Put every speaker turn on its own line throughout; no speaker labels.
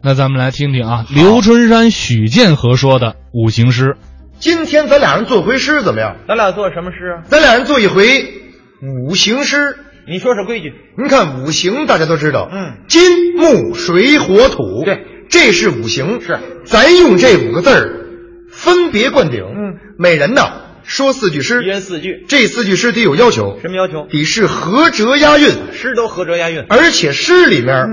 那咱们来听听啊，刘春山、许剑河说的五行诗。
今天咱俩人做回诗怎么样？
咱俩做什么诗啊？
咱俩人做一回五行诗。
你说说规矩。
您看五行大家都知道，
嗯
金木水火土，
对，
这是五行。
是，
咱用这五个字儿分别灌顶。
嗯，
每人呐说四句诗
一，人四句，
这四句诗得有要求，
什么要求？
得是合辙押韵，
诗都合辙押韵，
而且诗里面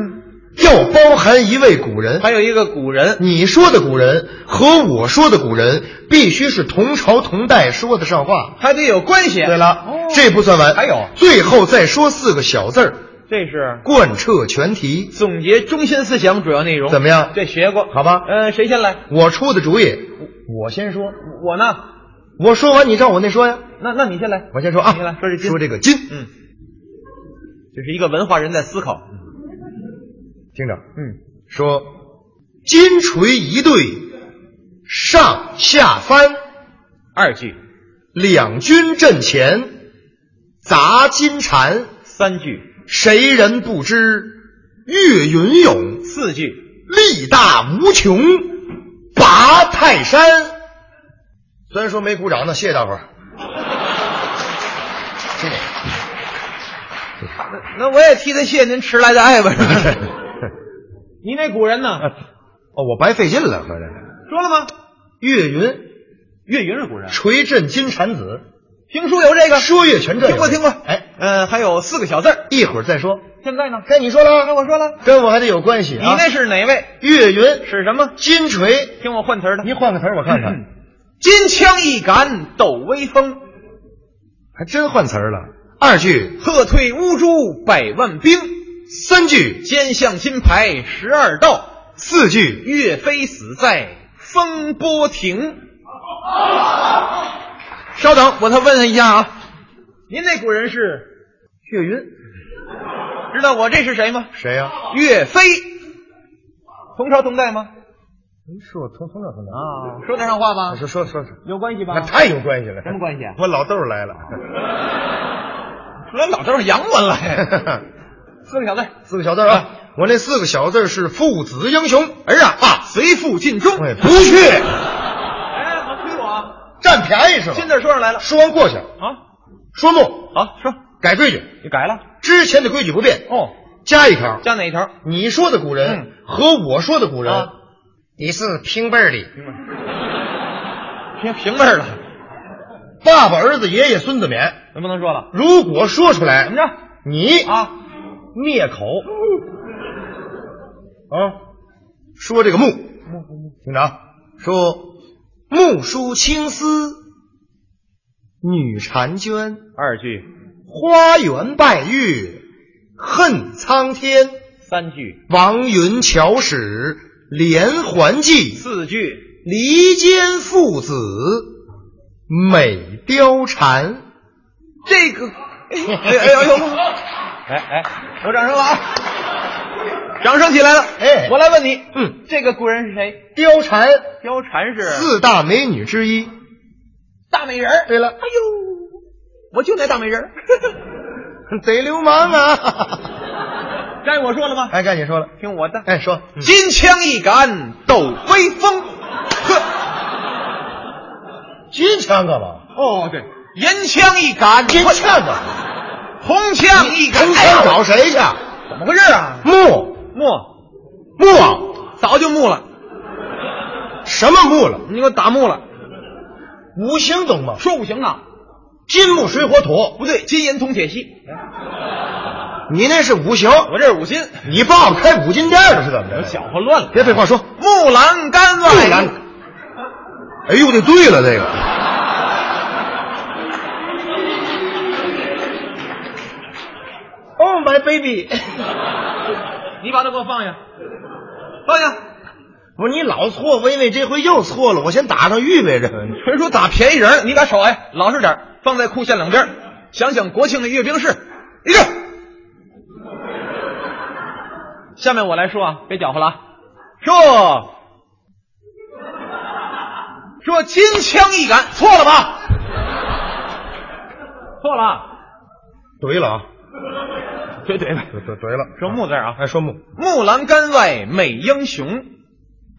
要包含一位古人。
嗯还有一个古人，
你说的古人和我说的古人必须是同朝同代，说得上话。
还得有关系。
对了，
哦
这不算完，
还有
最后再说四个小字儿，
这是
贯彻全题，
总结中心思想主要内容。
怎么样？
这学过，
好吧
嗯、谁先来？
我出的主意，我先说。
我呢？
我说完，你照我那说呀。
那那你先来。
我先说啊
你来，说这金
说这个金，
嗯，这是一个文化人在思考。
嗯听着，
嗯，
说金锤一对，上下翻，
二句、
两军阵前砸金蝉，
三句、
谁人不知岳云勇，
四句，
力大无穷，拔泰山。虽然说没鼓掌呢，谢谢大伙儿。 谢谢。
那我也替他谢您迟来的 爱吧。你那古人呢？
哦，我白费劲了，合着。
说了吗？
岳云
岳云是古人，
锤震金蝉子，
评书有这个，
说岳全传有
听过听过。
哎，
嗯、还有四个小字儿。
一会儿再说。
现在呢？
该你说了，
该我说了。
跟我还得有关系
你
啊。
那是哪位？
岳云
是什么？嗯
金锤，
听我换词儿的。
你换个词儿我看看，
金枪一杆抖威风，
还真换词儿了。二句、
喝退乌珠百万兵。
三句、
肩向金牌十二道，
四句，
岳飞死在风波亭。稍等，我再问他一下啊，您那古人是
岳云
知道我这是谁吗？
谁呀、
岳飞，同朝同代吗？
您是我同同长同长。
啊，说得上话吗
我？说说说说，
有关系吧
那？太有关系了。
什么关系啊
我老豆儿来了。
后来老头儿洋文来， 四个小字儿，
四个小字儿啊，我那四个小字儿是父子英雄儿啊啊！
随父尽忠。
哎，不去，
哎，好推我啊！
占便宜是吧？
新字说上来了
说完过去，
啊，
说木
好说，
改规矩，
你改了
之前的规矩不变，
哦，
加一条。
加哪一条？
你说的古人和我说的古人
嗯啊，
你是平辈儿的，
平平辈儿了，
爸爸、儿子、爷爷、孙子免。
能不能说了？
如果说出来
怎么，着
你
啊？
灭口啊！说这个木，听着啊，说木梳青丝，女婵娟，
二句、
花园拜月，恨苍天。
三句、
王云巧使连环计，
四句，
离间父子，美貂蝉。
这个，哎呦哎呦哎呦！哎哎，我掌声了啊！掌声起来了。
哎
我来问你，
嗯，
这个古人是谁？
貂蝉
貂蝉是
四大美女之一。
大美人儿。
对了
哎呦，我就那大美人儿。
贼流氓啊！
该我说了吗？
哎，该你说了。
听我的。
哎，说，嗯
金枪一杆抖威风。呵，
金枪干嘛？
哦对，银枪一杆，
金枪啊干嘛？
红枪一杆
你，
哎
想
呦
找谁去？
怎么回事啊？
木
木
木啊
早就木了，
什么木了？
你给我打木了，
五行懂吗？
说五行啊，
金木水火土，
不对，金银铜铁锡，
你那是五行，
我这是五金，
你爸爸开五金店的是怎么着？
搅和乱了。
别废话说，
木兰杆外，
木兰。哎呦，这对了，这个。Oh my baby！
你把它给我放下，放下。
不是你老错，微微这回又错了，我先打上预备着。
谁说打便宜人儿？你把手哎老实点儿，放在裤线两边儿，想想国庆的阅兵式，立正。下面我来说啊，别搅和了啊，说说金枪一杆，错了吧？错了，啊
对了啊，
对对吧？
怼怼怼了，
说木字儿啊，
哎，说木。
木兰杆外美英雄，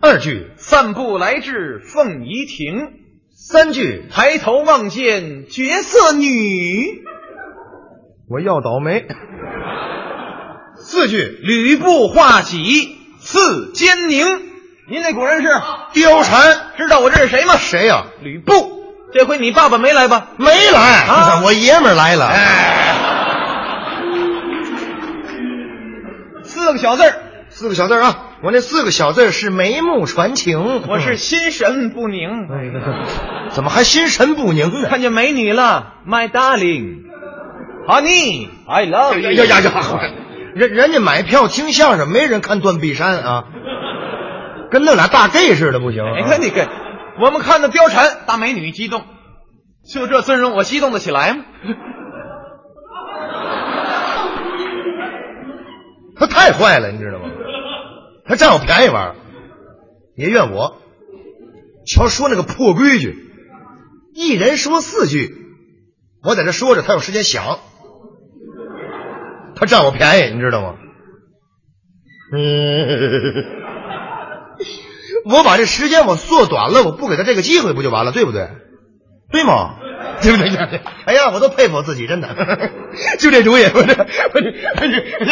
二句，
散步来至凤仪亭。
三句，
抬头望见绝色女，
我要倒霉。四句，
吕布画戟刺奸宁。您那果然是
貂蝉，
知道我这是谁吗？
谁呀？
吕布。这回你爸爸没来吧？
没来
啊
我爷们儿来了。
哎，四个小字儿，
四个小字儿啊，我那四个小字儿是眉目传情。
我是心神不宁。
哎，怎么还心神不宁呢？
看见美女了，My darling，Honey，I love
哎
you。
呀呀呀！人人家买票听相声，没人看断臂山啊，跟那俩大 gay 似的，不行啊、
哎，看你看，我们看到貂蝉大美女激动，就这尊容，我激动得起来吗？
他太坏了，你知道吗？他占我便宜玩儿，也怨我。瞧说那个破规矩，一人说四句，我在这说着，他有时间想。他占我便宜，你知道吗？ 嗯，我把这时间我缩短了，我不给他这个机会，不就完了，对不对？对吗？ 对不对？哎呀，我都佩服我自己，真的， 就这主 意，我这，我这， 我这，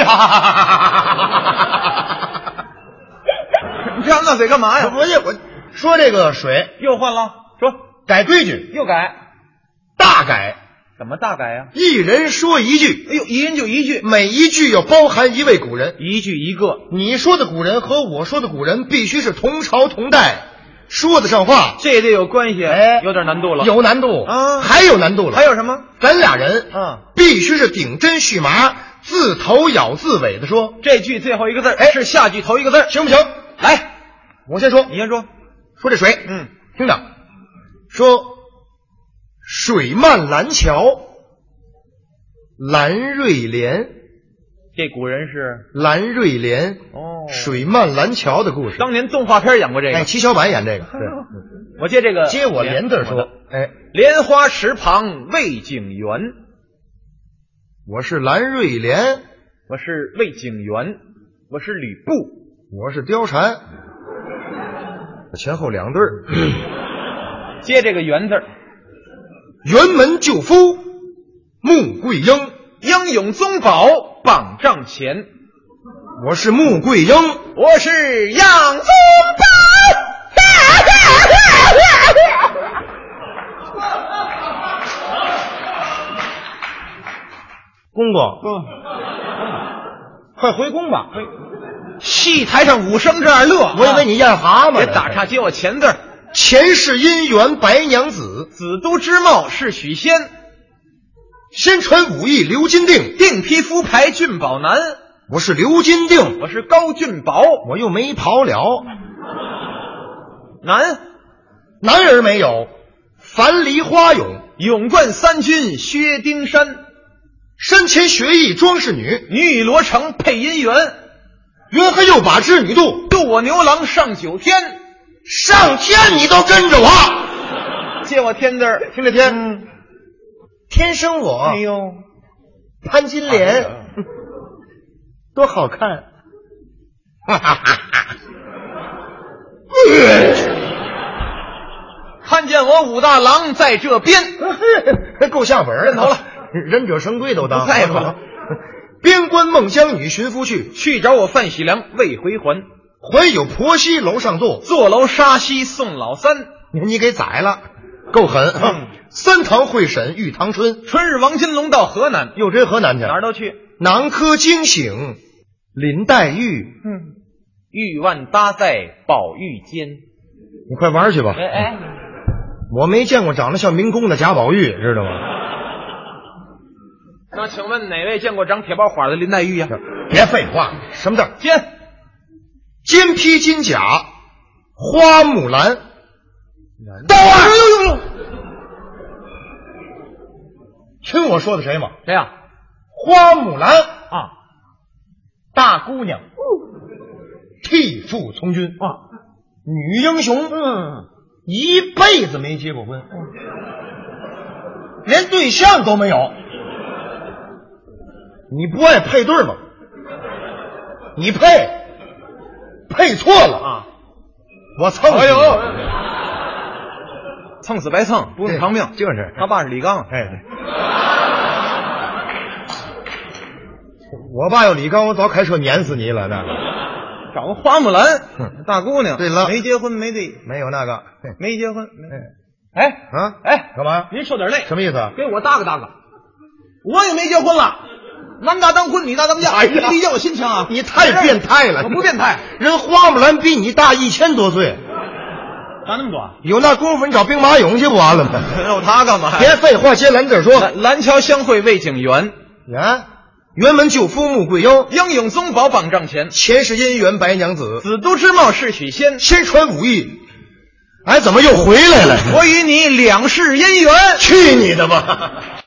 你张大嘴干嘛呀？
我这，我说这个水
又换了，说
改规矩，
又改，
大改，
怎么大改呀、
一人说一句，
哎呦，一人就一句，
每一句要包含一位古人，
一句一个，
你说的古人和我说的古人必须是同朝同代，说得上话，
这也得有关系，啊
哎
有点难度了。
有难度
啊
还有难度了，
还有什么？
咱俩人
啊，
必须是顶针续麻，自头咬自尾的说，
这句最后一个字儿，哎，是下句头一个字儿。
行不行？
来，
我先说，
你先说。
说这水，
嗯，
听着，说水漫蓝桥，蓝瑞莲，
这古人是
蓝瑞莲，
哦
水漫蓝桥的故事。
当年动画片演过这个。
哎，齐小板演 这个，
我接这个，
接我连字儿说，哎，
莲花池旁魏景元，
我是蓝瑞莲，
我是魏景元，我是吕布，
我是貂蝉。前后两对儿，
接这个元字儿，
辕门救夫，穆桂英，
英勇宗保榜帐前，
我是穆桂英，
我是杨宗
公公，快回宫吧！
保。嗯戏台上武生这样乐，
我以为你咽蛤蟆
别
呢。
打岔，接我前字儿，
前世姻缘白娘子，
子都之貌是许仙，
身传武艺刘金定。
定披肤牌俊宝男，
我是刘金定，
我是高俊宝
我又没跑了。
男，
男人没有，樊梨花勇，
勇冠三军薛丁山，
身前学艺装饰女。
女与罗成配姻缘，
云何又把织女渡？
渡我牛郎上九天，
上天你都跟着我，
接我天字儿，
听着天，
嗯
天生我
哎呦。
潘金莲，多好看！哈哈哈哈！
看见我武大郎在这边，
够下本儿，
认头了，
忍者神龟都当
不在乎了。
边关孟姜女寻夫去，
去找我范喜良未回还。
还有婆媳楼上坐，
坐楼杀西送老三，
你给宰了，够狠。啊
嗯
三堂会审玉堂春，
春日王金龙到河南，
又追河南去
哪，儿都去。
南柯惊醒，林黛玉，
嗯，玉腕搭在宝玉间。
你快玩去吧。
哎哎，
我没见过长得像民工的贾宝玉，知道
啊
吗？
那请问哪位见过长铁包花的林黛玉呀、
别废话，什么字儿？
接
金披金甲，花木兰。到啊！听我说的谁吗？
谁呀、
花木兰，
啊？
大姑娘，替父从军嗯啊，女英雄，嗯，一辈子没结过婚，连对象都没有。你不爱配对吗？你配，配错了啊！我蹭死你！
哎呦， 蹭死白蹭，不用
对
偿命。
就是
他爸是李刚，
哎，我爸要李刚，我早开车碾死你了。那个
找个花木兰，大姑娘。
对了
没结婚，没对，
没有那个，嘿
没结婚。没哎
啊，
哎，
干嘛？
您受点累，
什么意思啊？
给我搭个搭个，我也没结婚了，男大当婚，女大当嫁。
哎呀
理解我心情啊！
你太变态了！
我不变 态，
人花木兰比你大一千多岁，
哪那么多啊？
有那功夫你找兵马俑去不完了吗？
要他干嘛
别
呀？
废话，接蓝字儿说。
蓝蓝桥相会为警员，
哎啊，辕门救夫穆桂英，
英勇宗保榜帐前，
前世姻缘白娘子，
子都之貌是许 仙。
身传武艺。哎，怎么又回来了？
我与你两世姻缘。
去你的吧！